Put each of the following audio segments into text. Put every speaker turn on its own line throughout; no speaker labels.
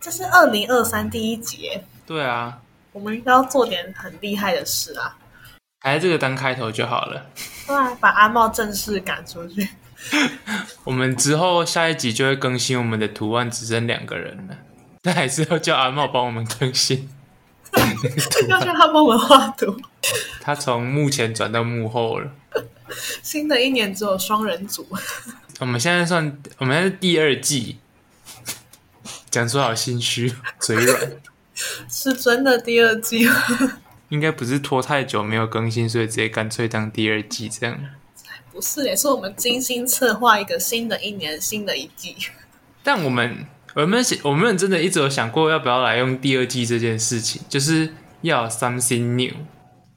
这是二零二三第一集耶，
对啊，
我们应该要做点很厉害的事啊！
还是这个当开头就好了。
不然把阿茂正式赶出去。
我们之后下一集就会更新我们的图案，只剩两个人了。那还是要叫阿茂帮我们更新。
要叫他帮我们画图。
他从幕前转到幕后了。
新的一年只有双人组，
我们现在算，我们现在是第二季，讲出好心虚，嘴软。
是真的第二季吗，
应该不是拖太久没有更新，所以直接干脆当第二季这样。
不是也是我们精心策划一个新的一年、新的一季。
但我们我们想我们真的一直有想过要不要来用第二季这件事情，就是要有 something new。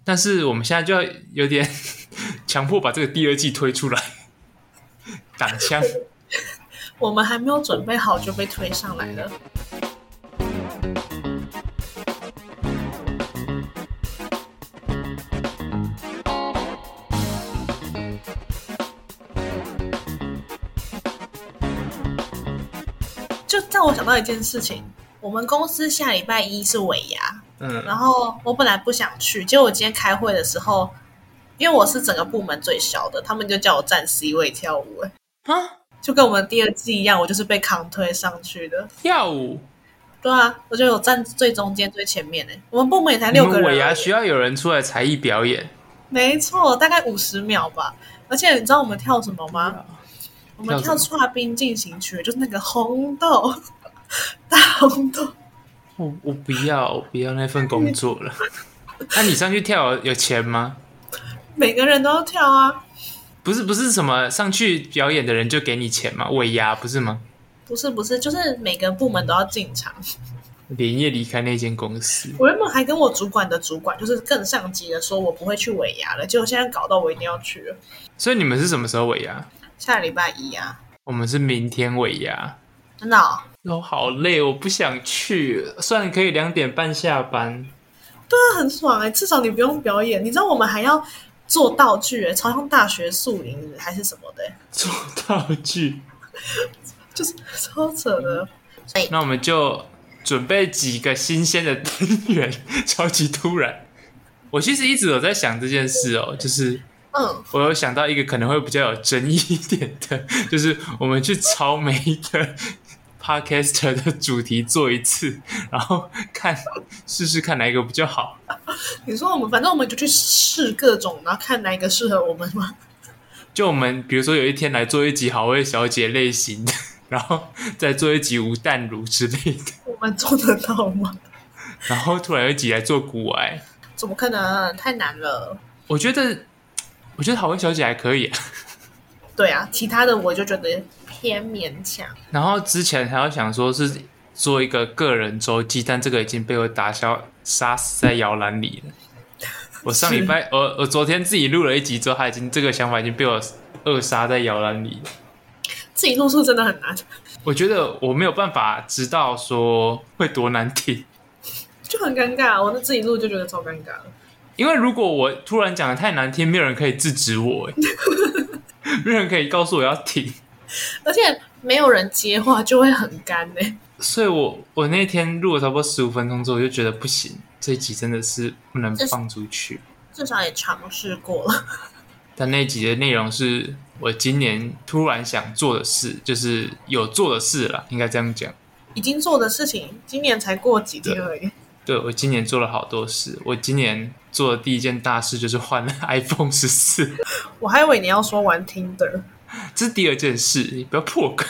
但是我们现在就要有点 强迫把这个第二季推出来， 挡枪。
我们还没有准备好就被推上来了。就让我想到一件事情，我们公司下礼拜一是尾牙，然
嗯，
后我本来不想去，结果我今天开会的时候，因为我是整个部门最小的，他们就叫我站 C 位跳舞、欸，
啊，
就跟我们第二季一样，我就是被扛推上去的。
跳舞，
对啊，我就有站最中间、最前面诶、欸我们部门也才
你
六个
们
人而已，啊
尾牙需要有人出来才艺表演，
没错，大概五十秒吧。而且你知道我们跳什么吗？我们跳
跳
《跨冰进行曲》，就是那个红豆， 大红豆。哦
我我不要，我不要那份工作 了。那、你上去跳有有钱吗？
每个人都要跳啊！
不是不是什么上去表演的人就给你钱吗？尾牙不是吗？
不是不是，就是每个部门都要进场。
连夜离开那间公司，
我原本还跟我主管的主管，就是更上级的说，我不会去尾牙了。结果现在搞到我一定要去了，
所以你们是什么时候尾牙？
下礼拜一啊！
我们是明天尾牙。
真的哦、
我、好累，我不想去了。虽然可以两点半下班，
对啊，很爽哎、至少你不用表演。你知道我们还要做道具哎、朝向大学宿营还是什么的、欸，
做道具，
就是 超扯的。
那我们就准备几个新鲜的单元， 超级突然。我其实一直有在想这件事哦，就是
嗯，
我有想到一个可能会比较有争议一点的， 就是我们去超每一个 podcaster 的主题做一次，然后看试试看哪一个比较好。
你说我们反正我们就去试各种，然后看哪一个适合我们嘛。
就我们比如说有一天来做一集好味小姐类型的， 然后再做一集无蛋乳之类的，
我们做得到吗？
然后突然有一集来做骨癌。
怎么可能？太难了。
我觉得，我觉得好味小姐还可以、啊。
对啊，其他的我就觉得偏勉强。
然后之前还要想说是做一个个人周记，但这个已经被我打消杀死在摇篮里了。我上礼拜，我我昨天自己录了一集之后，他已经这个想法已经被我扼杀在摇篮里了。
自己录书真的很难，
我觉得我没有办法知道说会多难听，
就很尴尬。啊我那自己录就觉得超尴尬了。
因为如果我突然讲的太难听，没有人可以制止我，欸没有人可以告诉我要停。
而且没有人接话就会很干哎、
所以我我那天录了差不多十五分钟之后，我就觉得不行，这一集真的是不能放出去。
至少也尝试过了。
但那一集的内容是我今年突然想做的事，就是有做的事了，应该这样讲。
已经做的事情，今年才过几天而已。
对我今年做了好多事，我今年做的第一件大事就是换了 iPhone 十四，
我还以为你要说玩 Tinder
这是第二件事，你不要破梗。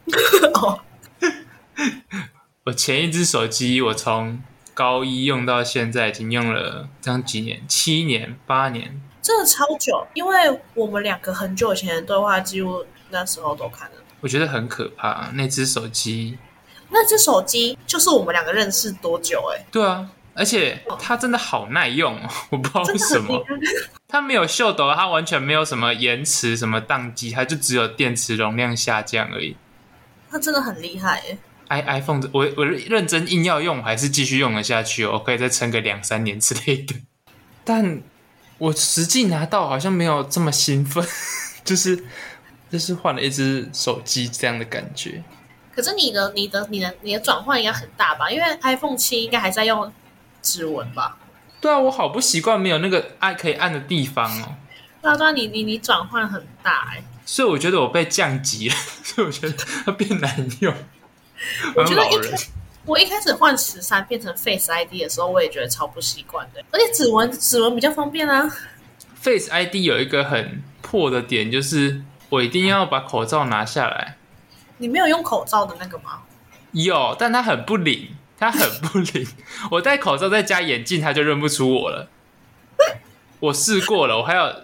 哦，
我前一只手机，我从高一用到现在，已经用了这样几年，七年、八年。
真的超久，因为我们两个很久以前的对话记录，那时候都看得到。
我觉得很可怕。那只手机，
那只手机就是我们两个认识多久、欸？
对啊，而且它真的好耐用哦， 我不知道
真
为
的
什
很厉
么。
害。
它没有秀抖，它完全没有什么延迟、什么宕机，它就只有电池容量下降而已。
他真的很厉害、欸，
i iPhone，的我我认真硬要用，我还是继续用了下去哦。我可以再撑个两三年之类的。但我实际拿到好像没有这么 兴奋，就是就是换了一只手机这样的感觉。
可是你的、你的、你的、你的转换应该很大吧？因为 iPhone 七应该还在用指纹吧？
对啊，我好不习惯没有那个按可以按的地方哦，
对啊，对啊，你你你转换很大哎、
所以我觉得我被降级了，所以我觉得它变难用。
我觉得
好像
一
老人
开我一开始换十三变成 Face ID 的时候，我也觉得超不习惯的，而且指纹指纹比较方便啊。
Face ID 有一个很破的点，就是我一定要把口罩拿下来。
你没有用口罩的那个吗？
有，但它很不灵，它很不灵。我戴口罩再加眼镜，它就认不出我了。我试过了，我还要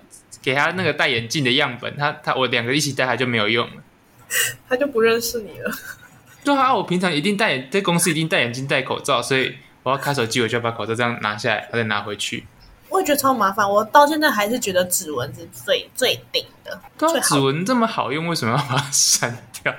给他那个戴眼镜的样本，他他我两个一起戴，他就没有用了。
他就不认识你了。
对啊，我平常一定戴眼，在公司一定戴眼镜、戴口罩，所以我要开手机，我就要把口罩这样拿下来，然后再拿回去。
我也觉得超麻烦，我到现在还是觉得指纹是最最顶的，
对
最
啊，指
好
纹这么好用，为什么要把它删掉？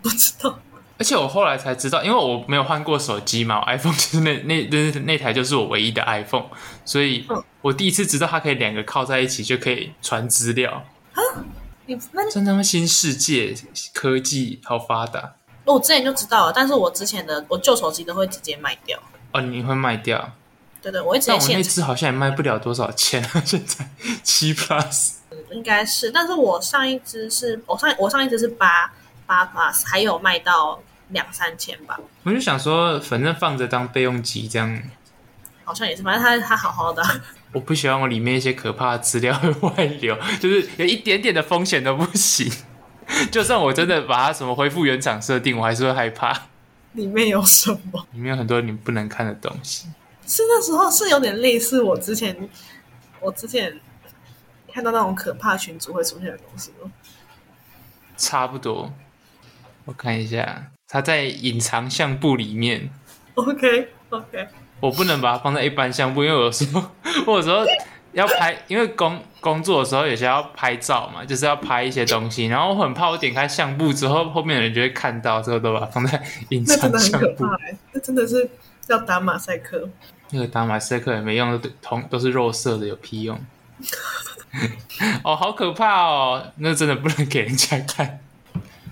不知道。
而且我后来才知道，因为我没有换过手机嘛我，iPhone 就是那那那那台就是我唯一的 iPhone，所以
嗯
我第一次知道它可以两个靠在一起就可以传资料，
你那
真他妈新世界，科技好发达
我之前就知道了，但是我之前的我旧手机都会直接卖掉。
哦！你会卖掉？
对对，我会直
但
接
我那
现成
只好像也卖不了多少钱 啊，现在七 plus
应该是，但是我上一只是我上我上一只是八八 plus，还有卖到两三千吧，
我就想说，反正放着当备用机这样。
好像也是，反正它它好好的，
我不喜欢我里面一些可怕的资料会外流， 就是有一点点的风险都不行。 就算我真的把它什么恢复原厂设定，我还是会害怕。
里面有什么？
里面有很多你不能看的东西。
是那时候是有点类似我之前我之前看到那种可怕群组会出现的东西吗？
差不多，我看一下，它在隐藏相簿里面，
OK OK，
我不能把它放在一般相簿，因为我有时候 我有时候要拍，因为工工作的时候有些要拍照嘛，就是要拍一些东西，然后我很怕我点开相簿之后，后面的人就会看到，之后都把它放在隐
那真
藏
的很
相
可
簿。
怕、欸，那真的是要打马赛克。
那个打马赛克也没用，都同都是肉色的，有屁用？ 哦，好可怕哦！那真的不能给人家看。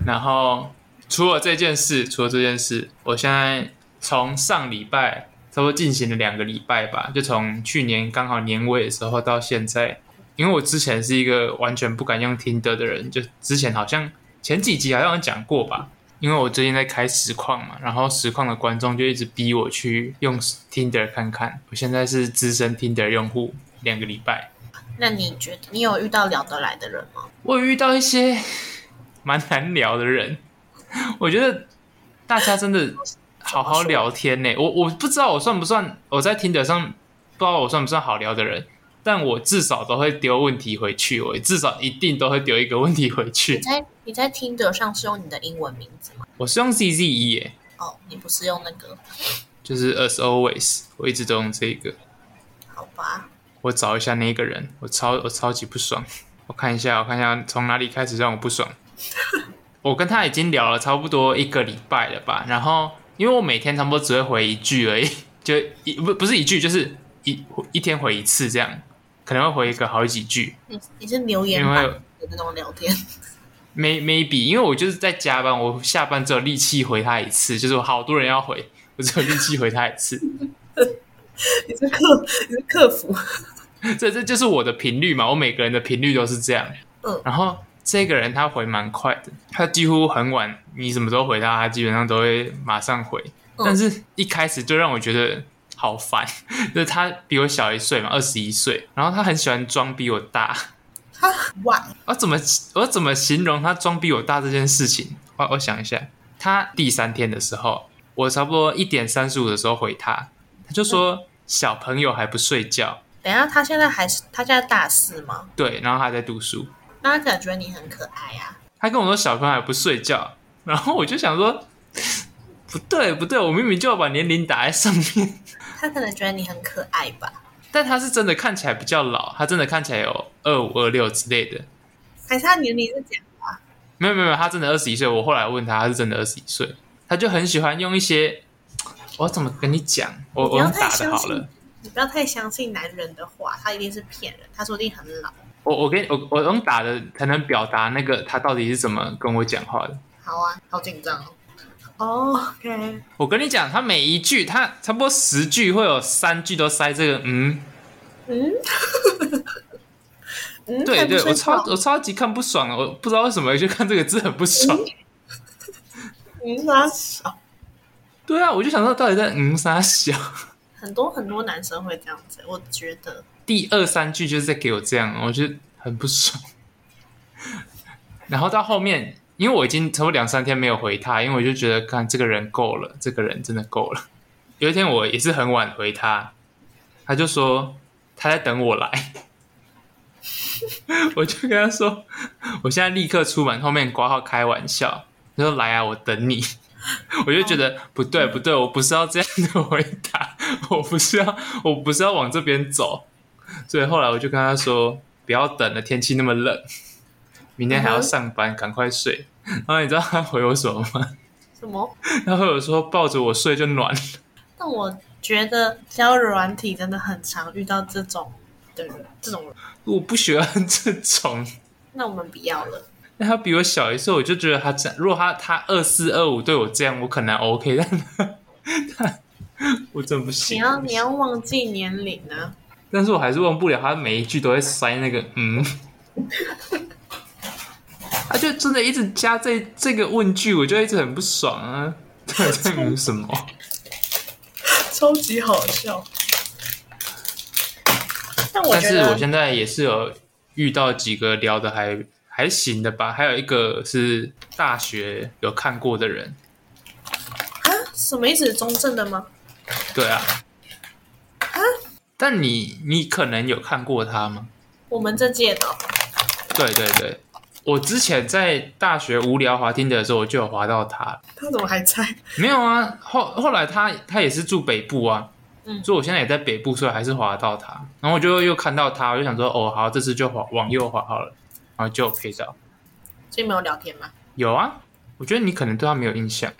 然后除了这件事，除了这件事，我现在从上礼拜差不多进行了两个礼拜吧，就从去年刚好年尾的时候到现在，因为我之前是一个完全不敢用听的的人，就之前好像前几集好像有讲过吧，因为我最近在开实况嘛，然后实况的观众就一直逼我去用 Tinder 看看。我现在是资深 Tinder 用户，两个礼拜，
那你觉得你有遇到聊得来的人吗？
我有遇到一些 蛮难聊的人。我觉得大家真的好好聊天呢、我我不知道我算不算我在 Tinder 上不知道我算不算好聊的人，但我至少都会丢问题回去，我至少一定都会丢一个问题回
你
去。
在你在听得上是用你的英文名字吗？
我是用 ZZE 耶、
哦，你不是用那个？
就是 As Always，我一直都用这个。
好吧，
我找一下那个人，我超我超级不爽。我看一下，我看一下从哪里开始让我不爽。我跟他已经聊了差不多一个礼拜了吧，然后因为我每天差不多只会回一句而已， 就一不不是一句，就是一一天回一次这样，可能会回一个好几句。
你你是留言
因为
版的那种聊天，
May- maybe，因为我就是在加班，我下班只有力气回他一次，就是我好多人要回，我只有力气回他一次。
你是 客你是客服，
这这就是我的频率嘛，我每个人的频率都是这样。
嗯
然后这个人他回蛮快的，他几乎很晚，你什么时候回他，他基本上都会马上回。
嗯
但是一开始就让我觉得好烦，就是他比我小一岁嘛，二十一岁，然后他很喜欢装比我大。
他 why
我怎么我怎么形容他装比我大这件事情？我我想一下，他第三天的时候，我差不多一点三十五的时候回他，他就说、
嗯
小朋友还不睡觉，
等一下他现在还是他现在大四吗？
对，然后他还在读书。
那他感觉你很可爱啊，
他跟我说小朋友还不睡觉，然后我就想说， 不对不对，我明明就要把年龄打在上面，
他可能觉得你很可爱吧？
但他是真的看起来比较老，他真的看起来有二五二六之类的，
还是他年龄是这样？
没有没有没有，他真的二十一岁。我后来问他，他是真的二十一岁，他就很喜欢用一些，我怎么跟你讲，我
你
我
不
用
要太
打的
相
好
信
了。，
你不要太相信男人的话，他一定是骗人，他说不定很老。
我我跟我我用打的才能表达那个他到底是怎么跟我讲话的。
好啊，好紧张哦。哦，OK，
我跟你讲，他每一句，他差不多十句会有三句都塞这个嗯，
嗯， 嗯，
对
还不
对，
睡
我超
觉
我超级看不爽啊了，我不知道为什么就看这个字很不爽。
嗯啊，少
对啊，我就想说到底在嗯啥小？
很多很多男生会这样子，我觉得
第二三句就是在给我这样，我就很不爽。然后到后面，因为我已经差不多两三天没有回他，因为我就觉得看这个人够了，这个人真的够了。有一天我也是很晚回他，他就说他在等我来， 我就跟他说我现在立刻出门，后面挂号开玩笑，他说来啊，我等你。 我就觉得不对不对，我不是要这样的回答， 我不是要我不是要往这边走，所以后来我就跟他说，不要等了，天气那么冷，明天还要上班，赶快睡。然后你知道他回我什么吗？
什么？
他回我说抱着我睡就暖了。
但我觉得交友软体真的很常遇到这种的人这种人，
我不喜欢这种。
那我们不要了。
那他比我小一岁，我就觉得他这样，如果他他二四二五对我这样，我可能 OK，但他他我真不
你
行。
要啊你要忘记年龄啊！
但是我还是忘不了他每一句都会塞那个嗯， 他就真的一直加这这个问句，我就一直很不爽啊， 到底在嗯什么？
超级好笑。但我
但
觉
是我
得，
现在也是有遇到几个聊的还还行的吧，还有一个是大学有看过的人，
啊，什么意思？中正的吗？
对啊，但你你可能有看过他吗？
我们这届的哦、
对对对，我之前在大学无聊滑听的时候，我就有滑到他，
他怎么还在？
没有啊，后后来他他也是住北部啊，
嗯
所以我现在也在北部，所以还是滑到他，然后我就又看到他，我就想说，哦，好，这次就滑往右滑好了，然后就有配到，
所以没有聊天吗？
有啊，我觉得你可能对他没有印象。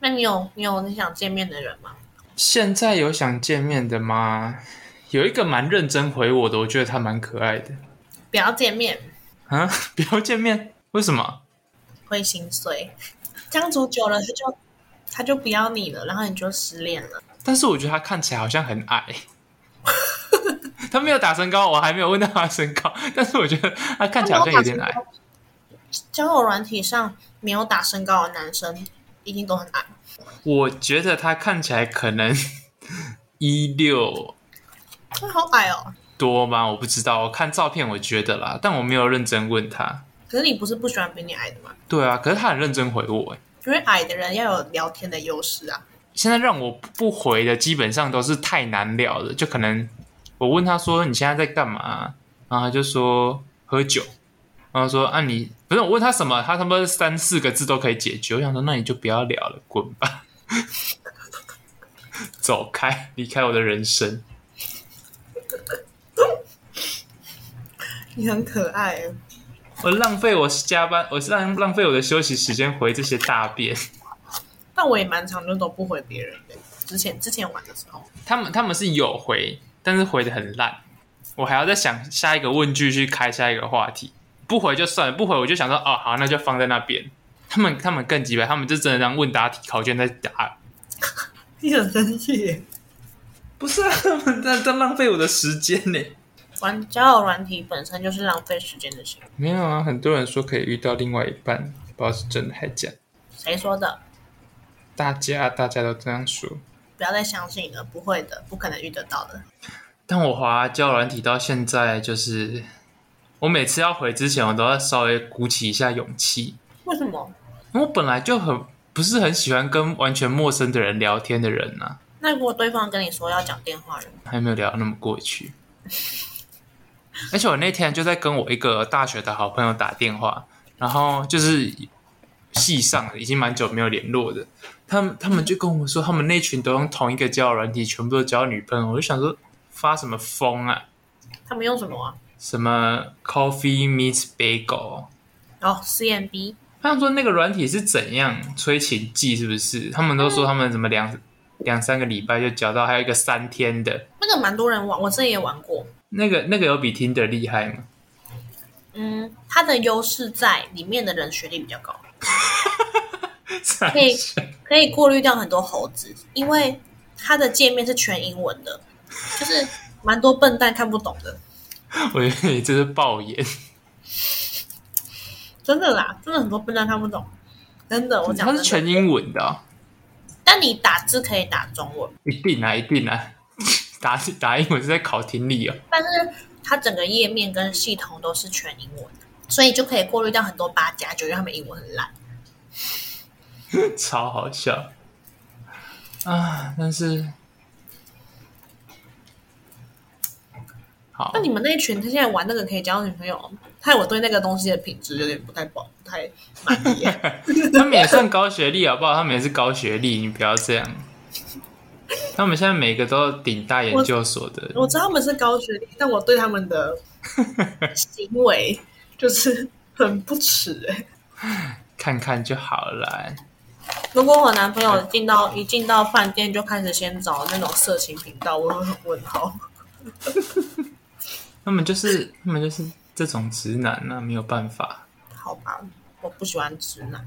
那你有你有你想见面的人吗？
现在有想见面的吗？有一个蛮认真回我的，我觉得他蛮可爱的
不要见面
啊， 不要见面，为什么？
会心碎，相处久了他就他就不要你了，然后你就失恋了。
但是我觉得他看起来好像很矮， 他没有打身高，我还没有问到他的身高， 但是我觉得他看起来好像有点矮。
交友软体上没有打身高的男生一定都很矮，
我觉得他看起来可能 一六
他好矮哦。
多吗？我不知道，我看照片我觉得啦，但我没有认真问他。
可是你不是不喜欢比你矮的吗？
对啊，可是他很认真回我、欸。
因为矮的人要有聊天的优势啊。
现在让我不回的，基本上都是太难聊了。就可能我问他说你现在在干嘛，然后他就说喝酒，然后说啊你不是我问他什么，他他妈三四个字都可以解决。我想说那你就不要聊了，滚吧， 走开，离开我的人生。
你很可爱哦耶，
我浪费我加班，我是浪浪费我的休息时间回这些大便。
但我也蛮常就都不回别人的。之前之前玩的时候，
他们他们是有回，但是回的很烂，我还要再想下一个问句去开下一个话题。不回就算了，不回我就想说哦好，那就放在那边。他们他们更鸡巴，他们就真的当问答题考卷在答。
你很生气耶。
不是啊，他们在在浪费我的时间呢。
玩交友软体本身就是浪费时间的行为，
没有啊，很多人说可以遇到另外一半，不知道是真的还假。
谁说的？
大家大家都这样说。
不要再相信了，不会的，不可能遇得到的。
但我滑交友软体到现在，就是我每次要回之前，我都要稍微鼓起一下勇气，
为什么？
因为我本来就很不是很喜欢跟完全陌生的人聊天的人呐、
那如果对方跟你说要讲电话呢，
还没有聊那么过去。而且我那天就在跟我一个大学的好朋友打电话，然后就是系上已经蛮久没有联络的，他们他们就跟我说，他们那群都用同一个交友软体，全部都交女朋友，我就想说发什么疯啊？
他们用什么啊？
什么 Coffee Meets Bagel，
哦，CMB，
他们说那个软体是怎样催情剂，是不是？他们都说他们怎么两两三个礼拜就交到，还有一个三天的，
那个蛮多人玩，我之前也玩过。
那个那个有比 Tinder 厉害吗？
嗯，它的优势在里面的人学历比较高，
傻
可以
笑
可以过滤掉很多猴子，因为它的界面是全英文的，就是蛮多笨蛋看不懂的，
我觉得你这是爆眼。
真的啦，真的很多笨蛋看不懂，真的，我讲
它
真
是
的
全英文的啊、
但你打字可以打中文，
一定啊，一定啊。 打打英文是在考听力哦。
但是它整个页面跟系统都是全英文的，所以就可以过滤掉很多八加九，因为他们英文很烂。
超好笑啊！但是好
那，你们那一群他现在玩那个可以交女朋友吗，害我对那个东西的品质有点不太保不太满意耶。
他们也算高学历好不好？他们也是高学历，你不要这样。他们现在每个都顶大研究所的，
我知道他们是高学历，但我对他们的行为就是很不耻哎、
看看就好了啦。
如果我男朋友进到一进到饭店就开始先找那种色情频道，我会很问号。
他们就是他们就是这种直男那、没有办法。
好吧，我不喜欢直男。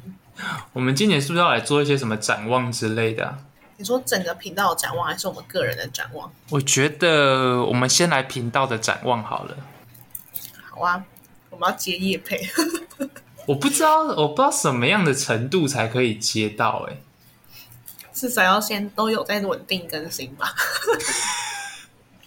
我们今年是不是要来做一些什么展望之类的啊、
你说整个频道的展望，还是我们个人的展望？
我觉得我们先来频道的展望好了。
好啊，我们要接夜配。
我不知道，我不知道什么样的程度才可以接到哎、欸
至少要先都有在稳定更新吧。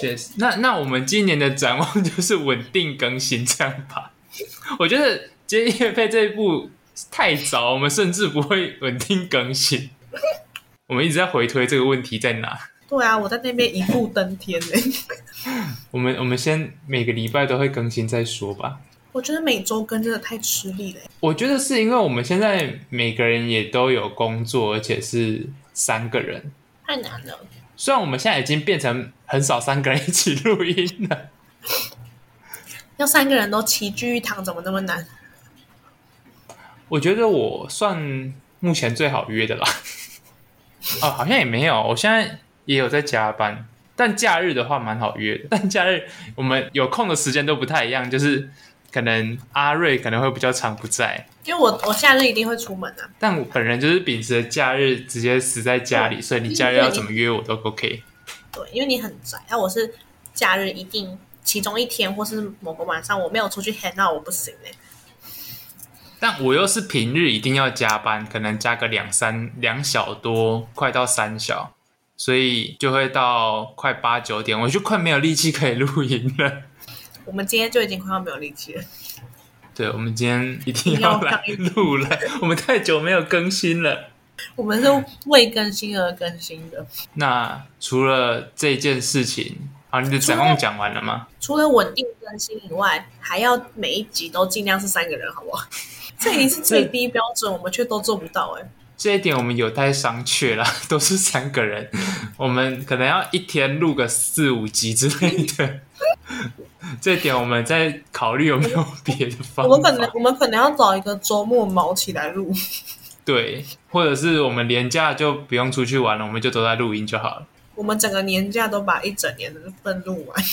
确实，那那我们今年的展望就是稳定更新这样吧。 我觉得接叶配这一步太早，我们甚至不会稳定更新。 我们一直在回推这个问题在哪。
对啊，我在那边一步登天欸呢、
我们我们先每个礼拜都会更新再说吧。
我觉得每周更真的太吃力了欸、
我觉得是因为我们现在每个人也都有工作，而且是三个人。
太难了。
虽然我们现在已经变成很少三个人一起录音了，
要三个人都齐聚一堂，怎么那么难？
我觉得我算目前最好约的啦。 哦，好像也没有，我现在也有在加班，但假日的话蛮好约的。 但假日我们有空的时间都不太一样，就是可能阿瑞可能会比较常不在，
因为我我夏日一定会出门啊，
但我本人就是秉持着假日直接死在家里，所以你假日要怎么约我都 OK。
对，因为你很宅，啊那、我是假日一定其中一天或是某个晚上我没有出去 hang out，我不行哎、
但我又是平日一定要加班，可能加个两三两小多，快到三小，所以就会到快八九点，我就快没有力气可以录音了。
我们今天就已经快要没有力气了，
对，我们今天一定要来录了，我们太久没有更新了。
我们是为更新而更新的。
那除了这件事情，好，你的展望讲完了吗？
除了稳定更新以外，还要每一集都尽量是三个人，好不好？这已经是最低标准，我们却都做不到哎、
这一点我们有待商榷啦， 都是三个人，我们可能要一天录个四五集之类的。 这一点我们在考虑有没有别的方法。
我们可能我们可能要找一个周末毛起来录，
对，或者是我们连假就不用出去玩了，我们就都在录音就好了。
我们整个年假都把一整年的份录完，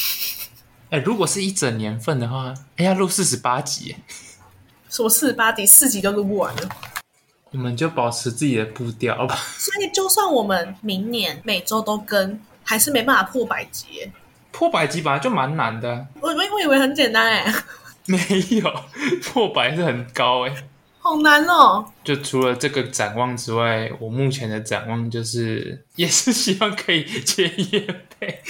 哎，如果是一整年份的话，哎，要录四十八集耶，
什么四十八集四集都录不完了。
我们就保持自己的步调吧。
所以就算我们明年每周都更，还是没办法破百集耶。
破百集本来就蛮难的，啊
我我我以为很简单哎，
没有破百是很高哎。
好难哦。
就除了这个展望之外，我目前的展望就是，也是希望可以接业配，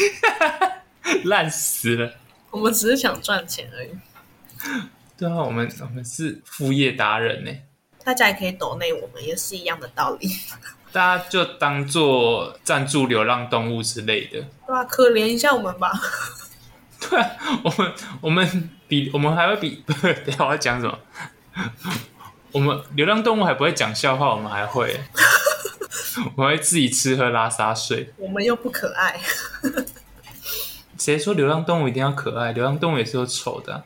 烂死了。
我们只是想赚钱而已，
对啊，我们我们是副业达人呢，
大家也可以抖内我们，也是一样的道理。
大家就当做赞助流浪动物之类的。
对啊，可怜一下我们吧。
对啊，我们我们比我们还会比， 等一下我要讲什么？我们流浪动物还不会讲笑话，我们还会， 我们会自己吃喝拉撒睡。
我们又不可爱，
谁说流浪动物一定要可爱？流浪动物也是有丑的啊、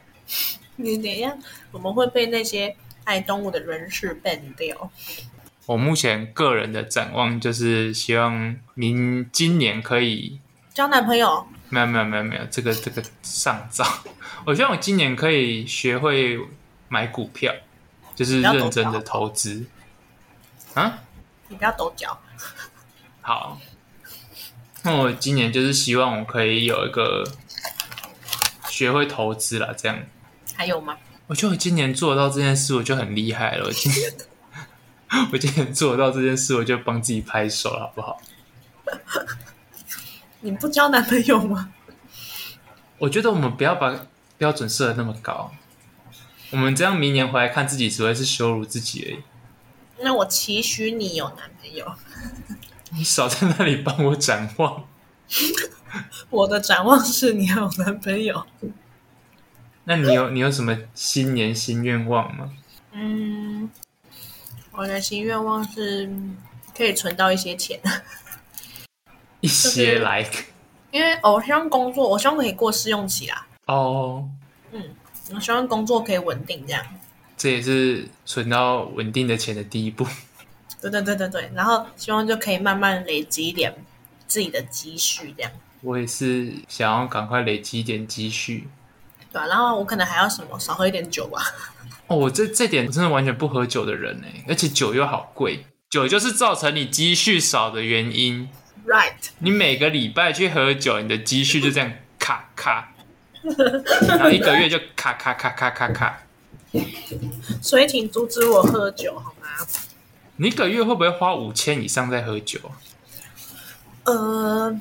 你怎样？我们会被那些爱动物的人士 ban 掉。
我目前个人的展望就是希望您今年可以，
交男朋友，
没有没有没有没有，这个这个上涨。我希望我今年可以学会买股票，就是认真的投资。啊，
你不要抖脚。
好，那我今年就是希望我可以有一个学会投资啦，这样。
还有吗？
我觉得我今年做到这件事，我就很厉害了。我今年， 我今年做到这件事，我就帮自己拍手了，好不好？
你不交男朋友吗？
我觉得我们不要把标准设的那么高，我们这样明年回来看自己，只会是羞辱自己而已。
那我期许你有男朋友。
你少在那里帮我展望。
我的展望是你要有男朋友。
那你有你有什么新年新愿望吗？
嗯，我的新愿望是可以存到一些钱，
一些 like
因为、哦、我希望工作，我希望可以过试用期啦。
哦，
嗯，我希望工作可以稳定这样。
这也是存到稳定的钱的第一步。
对对对对对，然后希望就可以慢慢累积一点自己的积蓄这样。
我也是想要赶快累积一点积蓄。
对啊、然后我可能还要什么少喝一点酒吧。
哦，我这这点我真的完全不喝酒的人哎，而且酒又好贵，酒就是造成你积蓄少的原因。
Right，
你每个礼拜去喝酒，你的积蓄就这样咔咔，然后一个月就咔咔咔咔咔咔。
所以请阻止我喝酒好吗？
你一个月会不会花五千以上在喝酒啊？
呃，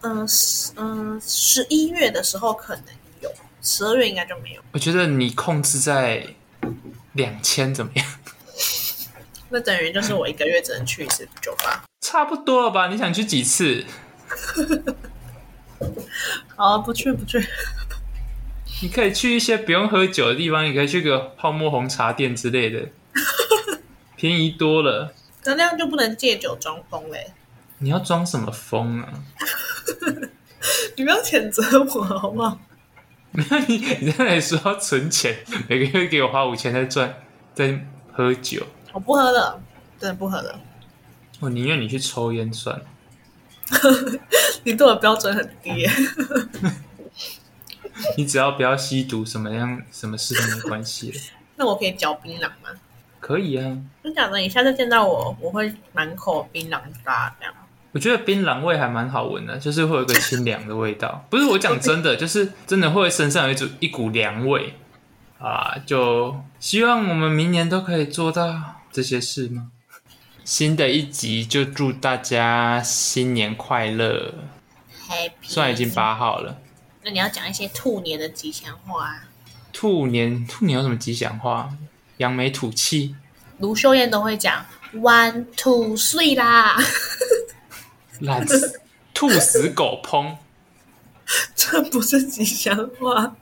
呃，十嗯，十一月的时候可能有，十二月应该就没有。
我觉得你控制在两千怎么样？
那等于就是我一个月只能去一次酒吧。
差不多了吧？你想去几次？
好，啊不去不去。
你可以去一些不用喝酒的地方，你可以去个泡沫红茶店之类的，便宜多了。
那那样就不能借酒装疯嘞！
你要装什么疯啊？
你不要谴责我好不好？
没有你，你在那里说要存钱，每个月给我花五千在赚，在喝酒。
我不喝了，真的不喝了。
我宁愿你去抽烟算了。
你对我标准很低耶。
你只要不要吸毒，什么样什么事都没关系了。
那我可以嚼槟榔吗？
可以啊，
就讲的，你下次见到我，我会满口槟榔渣这样。
我觉得槟榔味还蛮好闻的，就是会有一个清凉的味道。不是我讲真的，就是真的会身上有一股一股凉味啊！就希望我们明年都可以做到这些事吗？新的一集就祝大家新年快乐！
Happy，
虽然已经八号了，
那你要讲一些兔年的吉祥话啊。
兔年兔年有什么吉祥话？扬眉吐气，
卢秀燕都会讲 one two three 啦，
烂死， 兔死狗烹。
这不是吉祥话，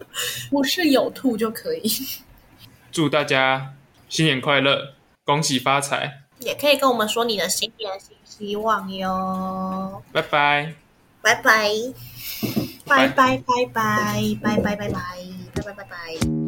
不是有兔就可以，
祝大家新年快乐，恭喜发财，
也可以跟我们说你的新年新希望哟。
拜拜。
拜拜，拜
拜
拜拜拜拜拜拜拜拜拜拜拜。